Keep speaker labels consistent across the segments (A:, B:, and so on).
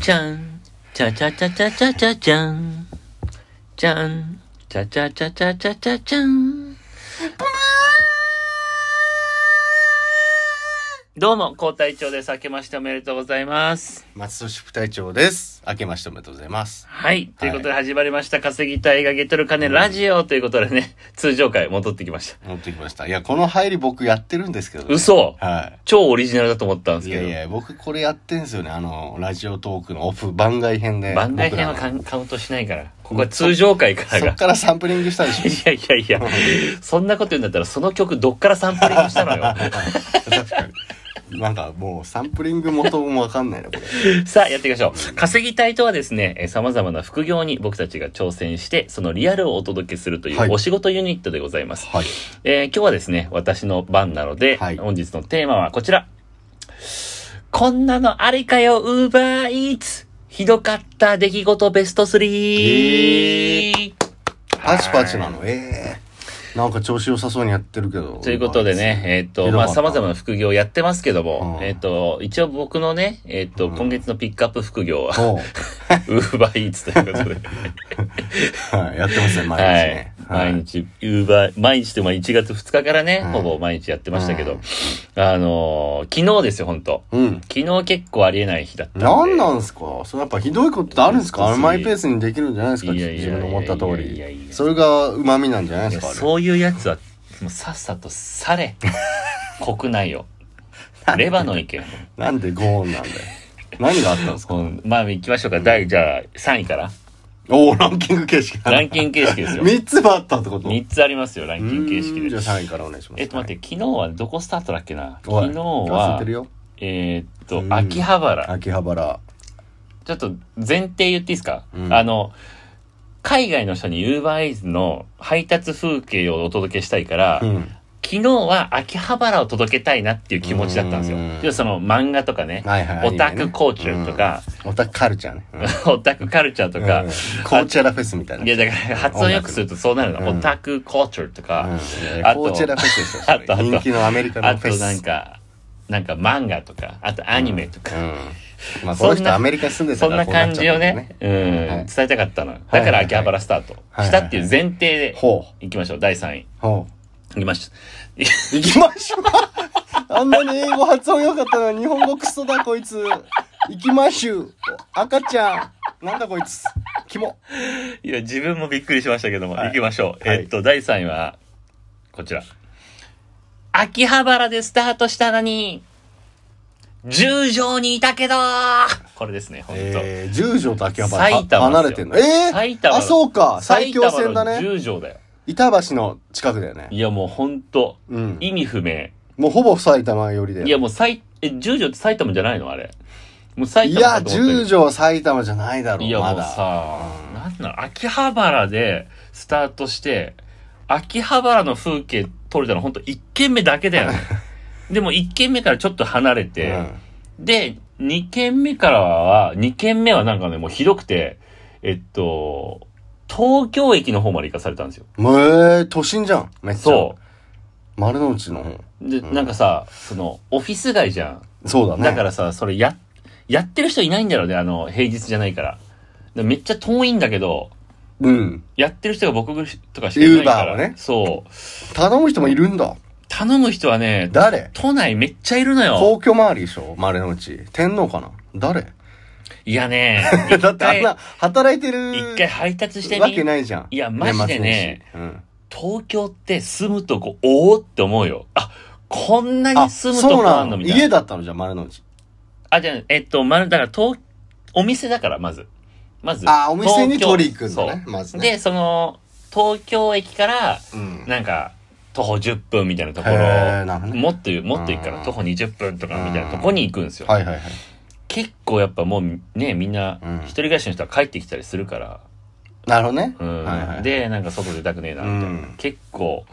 A: じゃん。ちゃちゃちゃちゃちゃちゃじゃん。じゃん。ちゃちゃちゃちゃちゃちゃじゃん。どうも、高隊長です。明けましておめでとうございます。
B: 松戸副隊長です。明けましておめでとうございます。
A: はい。ということで始まりました。稼ぎたいがゲットる金ラジオということでね、通常回戻ってきました。
B: 持ってきました。いや、この入り僕やってるんですけど、ね。
A: 嘘
B: は
A: 超オリジナルだと思ったんです
B: い。い
A: け
B: や
A: ど。
B: いや、僕これやってんですよね。あの、ラジオトークのオフ、番外編で。
A: 番外編は
B: 僕ら
A: カンカウントしないから。ここは通常回か
B: の
A: ら
B: そ
A: が
B: っ。からサンプリングしたでし
A: いやいやいや、そんなこと言うんだったら、その曲どっからサンプリングしたの よ。
B: ょ。確かに。なんかもう、サンプリング元もわかんないな、これ。
A: さあ、やっていきましょう。稼ぎたいとはですね、えー様々な副業に僕たちが挑戦して、そのリアルをお届けするとい
B: はいう
A: お仕事ユニットでございます。
B: はい。
A: えー今日はですね、私の番なので、
B: はい
A: 本日のテーマはこちら。こんなのありかよ、ウーバーイーツひどかった出来事ベスト3、
B: パチパチなの。ええなんか調子良さそうにやってるけど。
A: ということでね、えっ、と、まあ、
B: さ
A: 様
B: ま
A: 々
B: ざま
A: な副業をやってますけども、
B: うん
A: えっ、と、一応僕のね、えっ、と、
B: うん
A: 今月のピックアップ副業は、
B: おう
A: ウーバーイーツということで、
B: はい、やってます ね、毎日ね。
A: はい。毎日、ウーバー、毎日というか1月2日からね、
B: うん
A: ほぼ毎日やってましたけど、
B: うん
A: あのー昨日ですよ、本当
B: うん。
A: 昨日結構ありえない日だったんで。
B: なんなんすかそれやっぱひどいことってあるんです
A: 本当
B: か
A: に
B: マイペースにできるんじゃないですか
A: いやいやいや
B: 自分の思った通
A: いやいやい
B: り
A: や
B: それがうまみなんじゃない
A: い
B: で
A: や
B: すか
A: そういうやつは、もうさっさと去 れ。国内を。レバノン行け。
B: あれなんでゴーンなんだよ何があったんで すか
A: うんまあ、行きましょうか。第、じゃあ、3位から。
B: おおランキング形式
A: ランキング形式ですよ。
B: 3つもあったってこと
A: 3つありますよ、ラン
B: う
A: キ
B: ー
A: ン
B: ん
A: グ形式
B: じ
A: で
B: ゃあ。3位からお願いします
A: えっと待って、昨日はどこスタートだっけな
B: おい
A: 昨日
B: 忘れ
A: は
B: てる、よ
A: えーっと
B: う、ん
A: 秋葉原。
B: 秋葉原
A: ちょっと前提言っていいですか、
B: うん
A: あの、海外の人に UberEats の配達風景をお届けしたいから、
B: うん
A: 昨日は秋葉原を届けたいなっていう気持ちだったんですよ
B: うん。
A: 要はその漫画とかね、
B: はいはい
A: オタクコーチャーとか、
B: オタクカルチャーねう ん
A: オタクカルチャーとか、
B: うんコーチェラフェスみたいない
A: やだから発音よくするとそうなるの。
B: うん
A: オタクコーチャーとか、
B: うんいやい
A: あ
B: や
A: と
B: コーチェラフェスですよそれ
A: あとあと
B: 人気のアメリカ
A: あ
B: のフ
A: と
B: ェ
A: なん
B: ス
A: か、なんか漫画とか、あとアニメとか、
B: うんまあ
A: そん
B: こ
A: な
B: の人アメリカに住んでた
A: そん
B: から
A: な
B: こうな
A: 感
B: っち
A: じ
B: ゃ
A: を
B: ったんだよ
A: ね、うん、
B: はい
A: 伝えたかったの。だから秋葉原スタートしたっていう前提で、
B: ほう
A: 行きましょう、第3位。
B: ほう
A: 行きまし
B: 行きましょうあんなに英語発音良かったのに日本語クソだこいつ行きましゅう赤ちゃんなんだこいつキモ
A: た。いや、自分もびっくりしましたけども、
B: はい
A: 行きましょう。
B: はい
A: えっと、第3位は、こちら。秋葉原でスタートしたのに、十条にいたけどこれですね、ほんと。
B: えー、十条と秋葉原
A: 埼玉
B: は
A: ですよ
B: 離れてんのえー、
A: 埼玉の
B: あそうか埼京線だ
A: 埼玉
B: ね
A: の十条だよ。
B: 板橋の近くだよね
A: いや、もうほんと、
B: うん
A: 意味不明。
B: もうほぼ埼玉寄りだよ
A: いや、もう埼、え、十条って埼玉じゃないのあれ。もう埼
B: い
A: 玉だ
B: や
A: と思ったけど
B: 十条は埼玉じゃないだろう
A: いや、
B: ま
A: もう
B: だ
A: さ、なんなの秋葉原でスタートして、秋葉原の風景撮れたのほんと1軒目だけ だよね。でも1軒目からちょっと離れて、で、2軒目からは、2軒目はなんかね、もうひどくて、えっと、東京駅の方まで行かされたんですよ。
B: うん、えー、都心じゃんめっちゃ
A: そ
B: 丸の内の方
A: う。で、なんかさ、その、オフィス街じゃん。
B: そうだね
A: だからさ、それや、やってる人いないんだろうね、あの、平日じゃないから。でめっちゃ遠いんだけど、
B: うん
A: やってる人が僕とかしかいないから。
B: Uber をね
A: そう。
B: 頼む人もいるんだ
A: 頼む人はね、
B: 誰
A: 都内めっちゃいるのよ。
B: 皇居周りでしょ丸の内。天皇かな誰
A: いやね、
B: だ
A: 一
B: ってあん
A: 回、
B: な、働いてる。
A: 一回配達して
B: わけ
A: み。
B: ないじゃん。
A: いやマジでね
B: 年末年始。
A: 東京って住むとこ、おおって思うよ。あ、こんな
B: うん。
A: に住むとこあんのみたい
B: 家
A: な。
B: だったのじゃん、丸の内。
A: あ、じゃあ、えっと、まる、だから、東、お店だから、まず。まず。
B: あ、お店に
A: 東京
B: 取り行くんだね。まず
A: そう。
B: ね。
A: で、その、東京駅から、
B: で、うん。
A: なんか、徒歩10分みたいなとこ
B: へ
A: ろ
B: ーなるほどね
A: もっと言う、もっと行くか
B: う
A: ら、
B: ん
A: 徒歩20分とかみたいなとこに行くんですよ。
B: はいはいはい。
A: 結構やっぱもうねみんな
B: うん
A: 一人暮らしの人は帰ってきたりするから、
B: なるほどね。
A: うん
B: はいはい。、
A: でなんか外出たくねえなみたいな、
B: うん
A: 結構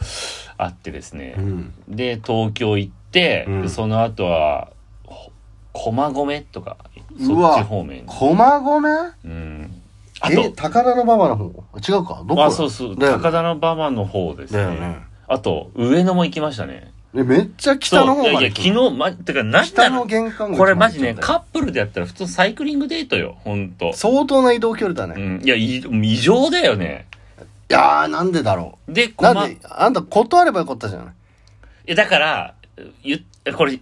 A: あってですね
B: う、ん。
A: で東京行って、
B: うん
A: でその後はほ駒込とかそっ
B: うわ
A: ち方面に
B: 駒込
A: うん、あ
B: あと、え
A: と
B: 高田馬場の方違うかどこ
A: あそうそう
B: だよね
A: 高田馬場の方です
B: だ
A: ね
B: よね。
A: あと上野も行きましたね
B: ええ、めっちゃ北の
A: そう
B: 方
A: いやい
B: ま
A: や昨
B: で来
A: 日
B: る。
A: まてか何
B: 北
A: な
B: の
A: の
B: 玄関口
A: これマジ
B: まで
A: ね
B: 来ちゃったよ
A: カップルでやったら普通サイクリングデートよほんと
B: 相当な移動距離だね。
A: う
B: い
A: んいやい異常だよね
B: やー、なんでだろ
A: で
B: う。
A: こ
B: な
A: ま
B: んで、あんた断ればよかったじ ゃない。
A: いやだからゆこれ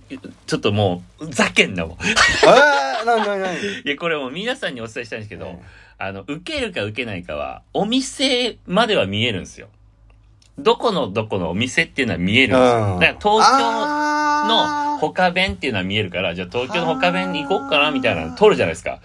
A: ちょっともうざけんなもん
B: えー、なんでなんでなんで
A: いや、これもう皆さんにお伝えしたいんですけど、
B: うん
A: あの、受けるか受けないかは、お店までは見えるんですよ。どこのどこのお店っていうのは見えるんですよ。
B: う
A: だ
B: ん
A: から東京の
B: あー
A: 他弁っていうのは見えるから、じゃあ東京の他弁に行こうかなみたいなの取るじゃないですか。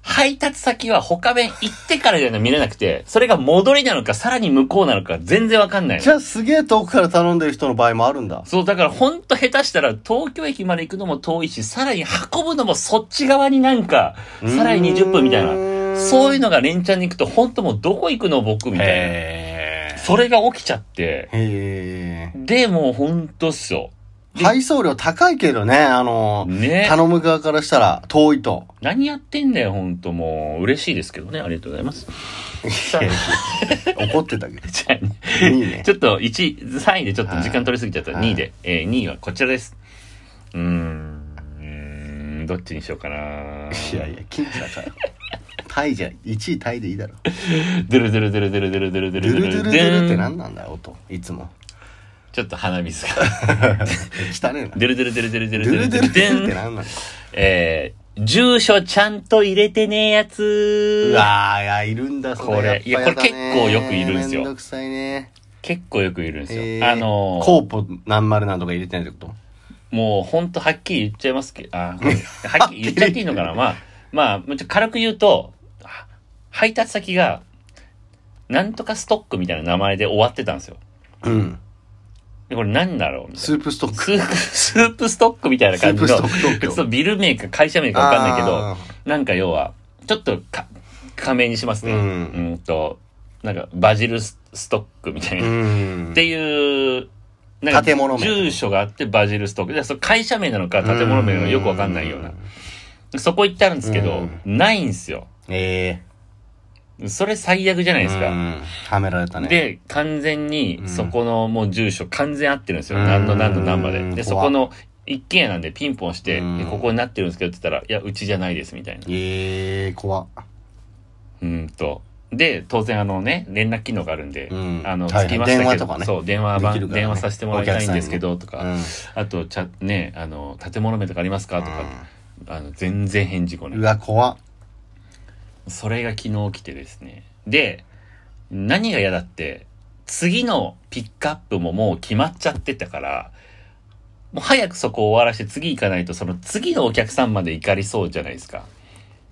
A: 配達先は他弁行ってからじゃ見れなくて、それが戻りなのかさらに向こうなのか全然わかんないの
B: じ。ゃあすげえ遠くから頼んでる人の場合もあるんだ。
A: そう、だからほんと下手したら東京駅まで行くのも遠いし、さらに運ぶのもそっち側になんか、さらに20分みたいな。
B: な
A: そういう
B: の。
A: のが連チャンに行くと、本当もうどこ行くの僕みたい
B: へ
A: な。それが起きちゃって。
B: ーへ
A: で、もう本当っすよ。
B: ー。配送料高いけどね、あの、
A: ね
B: 頼む側からしたら遠 いと。
A: 何やってんだよ、本当もう。嬉しいですけどね。ありがとうございます。さあ
B: 怒ってたけど。
A: じゃあ
B: いいね。
A: ちょっと1、3位でちょっと時間取りすぎちゃったら
B: はい
A: 2位で。えー、2位はこちらです。うーんうーん、どっちにしようかな。
B: いやいや、金だから。タイじゃ、1位タイでいいだろ。
A: ドゥルドゥルドゥルドゥルドゥルドゥルドゥ
B: ドゥ
A: ル
B: ル
A: ド
B: ド
A: ゥルド
B: ゥルド
A: ゥ
B: ゥ
A: ル
B: ルって何なんだよ、音。いつも。
A: ちょっと鼻水が。ドゥルドゥルドゥルドゥルドゥルドゥルドゥルド
B: 汚ねえな。ドゥルドゥルドゥ
A: ゥ
B: ル
A: ル
B: って何なんだよ。
A: えー、住所ちゃんと入れてねえやつ
B: うわー、いや、いるんだ、そ
A: これ
B: やっぱやだね
A: いやこれ結構よくいるんですよ
B: めんどくさいね。
A: 結構よくいるんですよ。
B: えー
A: あのー
B: コーポ何丸何とか入れてないってこと
A: もうほんとはっきり言っちゃいます けど、あ、これはっきり言っちゃっていいのかなまあ、まあ、もうちょっと軽く言うと、は配達先が、なんとかストックみたいな名前で終わってたんですよ。
B: うん。
A: でこれ何だろうみたい
B: スープストッ
A: な。
B: ク。
A: スープ、スープストックみたいな感じの
B: スープストック、東京
A: 別のビル名か会社名かわかんないけど、なんか要は、ちょっとか、仮名にしますね。
B: う
A: うんん、と、なんか、バジルスストックみたいな。
B: うん。
A: っていう、なんか
B: 建物名
A: 住所があってバジルストック。で、その会社名なのか建物名なのかよくわかんないような。そこ行ってあるんですけど、ないんすよ。
B: え
A: それ最悪じゃない
B: え
A: ですか。
B: はめられたね。、
A: で、完全に
B: うん
A: そこのもう住所完全合ってるんですよ。
B: うん
A: 何の何の何まで。
B: うん
A: で、そこの一軒家なんでピンポンして、
B: うん
A: でここになってるんですけどって言ったら、いや、うちじゃないですみたいな。
B: ええ怖っ。
A: うんと。で、当然あのね、連絡機能があるんで、
B: うん
A: あの、
B: はいはい
A: つきましたけど、
B: 電話とかね
A: そう、電話
B: でき
A: 番、
B: るからね
A: 電話させてもらいたいんですけど、とか、
B: うん
A: あと、ちゃ、ね、あの、建物名とかありますかとか、あの、全然返事来
B: うんう
A: ない。
B: わ、怖っ。
A: それが昨日来てですね。で、何が嫌だって、次のピックアップももう決まっちゃってたから、もう早くそこを終わらして次行かないと、その次のお客さんまで怒りそうじゃないですか。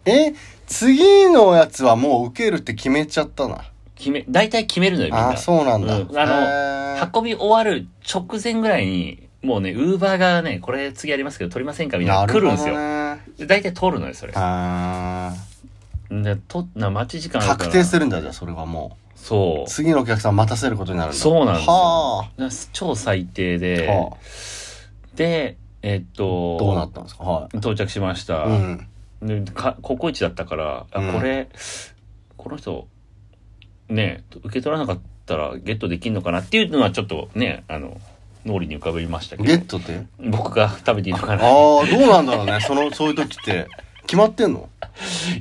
B: え、次のやつはもう受けるって決めちゃったな。
A: 決め、大体決めるのよ、みん
B: あ
A: な。
B: ー、そうなんだ。
A: うんあの
B: へー
A: 運び終わる直前ぐらいに、もうね、ウーバーがね、これ次やりますけど取りませんかみたいな来るんですよ。
B: なるほどね
A: で大体取るのよ、それ。
B: あ
A: で、とな、待ち時間
B: ー
A: あるから
B: 確定するんだ、じゃあ、それはも。
A: そうう。
B: 次のお客さん待たせることになるんだ。
A: そうなんですよ
B: は
A: だから超最低
B: あ。
A: で、
B: はあ
A: で、えっと、
B: どうなったんですかはい。
A: 到着しました。
B: うん。
A: でかココイチだったから、あ
B: うん
A: これ、この人、ね、受け取らなかったらゲットできんのかなっていうのはちょっとね、あの、脳裏に浮かびましたけ
B: ゲ
A: ど
B: ッ、トって
A: 僕が 食べていいのか
B: ああ、
A: な。
B: どうなんだろうね。 その、そういう時って。決まってんの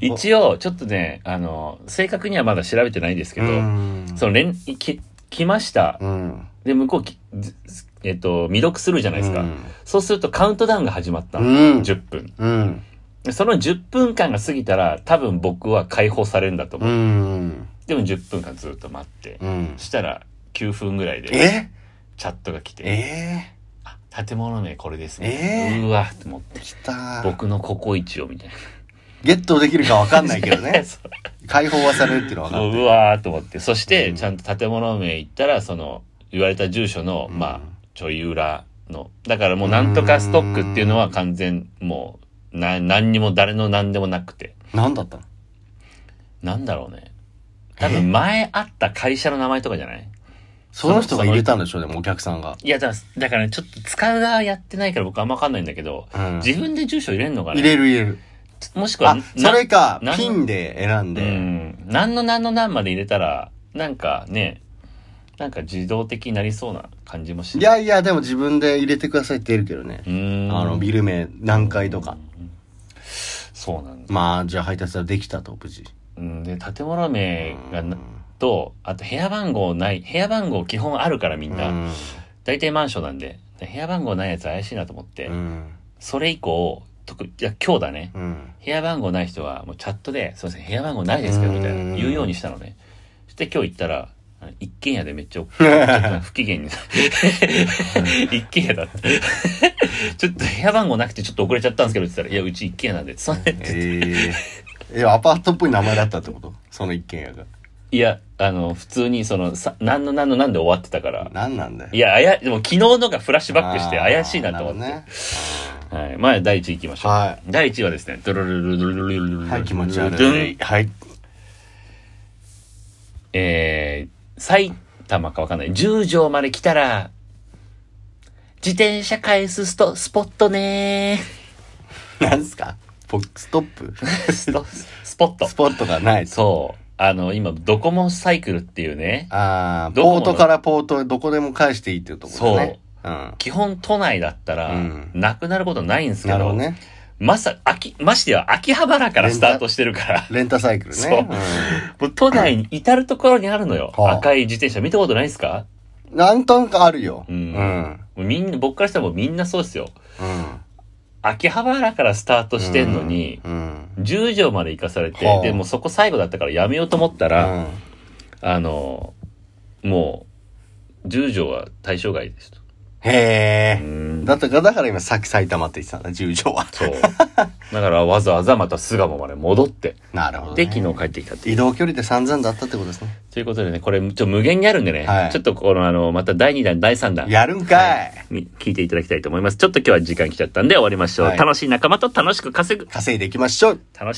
A: 一応、ちょっとね、あの、正確にはまだ調べてないですけど、
B: うん。
A: その連、き来ました。
B: うん。
A: で、向こうき、ずえっと、未読するじゃないですか。
B: うん
A: そうするとカウントダウンが始まったの。
B: うん
A: 10分。
B: うん。
A: でその10分間が過ぎたら、多分僕は解放されるんだと思
B: う
A: う。
B: ん。
A: でも10分間ずっと待って。
B: うん
A: そ。したら、9分ぐらいで、
B: え
A: チャットが来て、
B: え
A: あ建物名これです
B: え
A: ね。
B: ー
A: うわ、と思って
B: ー、。来た。
A: 僕のココイチを、みたいな。
B: ゲットできるかわかんないけどね。
A: そう
B: 解放はされるっていうのはわかん
A: う
B: ない。
A: わーと思って。そして、
B: うん
A: ちゃんと建物名行ったら、その、言われた住所の、
B: うん
A: まあ、ちょい裏の。だからもう、なんとかストックっていうのは完全、もう、な、何にも誰の何でもなくて。
B: 何だったの
A: なんだろうね。多分、前あった会社の名前とかじゃない
B: その人が入れたんでしょでもお客さんが。
A: いや、だから、だからねちょっと使う側やってないから僕あんまわかんないんだけど、
B: うん
A: 自分で住所入れんのかな
B: 入れる入れる。
A: もしくは
B: あ、、それか
A: な、ん
B: ピンで選ん
A: う
B: で。
A: ん。何の何の何まで入れたら、なんかね、なんか自動的になりそうな感じもし
B: いやいや、でも自分で入れてくださいって言えるけどね
A: う。ーん
B: あの、ビル名何階とか。
A: そうなんだ、
B: まあ、じゃあ配達はできたと、無事。
A: うん、で建物名がなとあと部屋番号ない部屋番号基本あるからみんな、
B: うん
A: 大体マンションなんでで部屋番号ないやつ怪しいなと思って、
B: うん。
A: それ以降特いや今日だね
B: うん。
A: 部屋番号ない人はもうチャットで「すいません部屋番号ないですけど」みたい
B: うん
A: な言うようにしたのねそして今日行ったらあの一軒家でめっちゃ大きい不機嫌にな一軒家だってちょっと部屋番号なくてちょっと遅れちゃったんですけどって言ったら「いやうち一軒家なんで」そんな
B: ええ。え、アパートっぽい名前だったってことその一軒家が。
A: いやあの普通にそのさ何の何の何で終わってたから
B: 何なんだよ。
A: いやあやでも昨日のがフラッシュバックして
B: あー
A: 怪しいなと思って、
B: るほどね
A: はい、まあ第1位いきましょう、
B: は
A: 第1位はですねドロルルルルルルルル
B: い。はい、気持ち悪
A: ドゥ
B: い
A: ン。
B: はい。
A: えー、埼玉かわかんない。十条まで来たら、自転車返すスト、スポットね
B: 何すかポストップ
A: ー。スト、スポット
B: ス。ポットがない。
A: そう。あの、今、ドコモサイクルっていうね、
B: ああ、
A: どこ
B: ポ
A: の
B: ートからポートへどこでも返していいっていうところだね。うん。
A: 基本都内だったら、
B: うん
A: なくなることないんですけ
B: なるほ
A: ど、
B: どね。
A: まさ、秋、ましては秋葉原からスタートしてるから、
B: レンタサイクルね。
A: そうもう都内に至るところにあるのよ。
B: はあ
A: 赤い自転車見たことないですか
B: うんなんとなくあるよ。
A: う
B: うんん。うん。
A: もうみんな、僕からしたらもうみんなそうですよ。秋葉原からスタートしてんのに、
B: うん。
A: 10条まで行かされて、
B: はあ
A: でもうそこ最後だったからやめようと思った
B: う
A: ら、
B: ん。
A: あのもう10条は対象外ですと
B: へ
A: う
B: え。
A: ん
B: だって、だから今、さっき埼玉って言ってたんだ、十条は。
A: そうだからわざわざまた巣鴨まで戻って
B: なるほど、
A: で
B: ね。
A: 昨日帰ってきたっていう
B: 移動距離で散々だったってことですね。
A: ということでねこれちょっと無限にあるんでね、
B: はい
A: ちょっとこのあのまた第2弾第3弾
B: やるんかい。
A: に聞いていただきたいと思いますちょっと今日は時間来ちゃったんで終わりましょう、
B: はい
A: 楽しい仲間と楽しく稼ぐ
B: 稼いでいきましょう。
A: 楽しい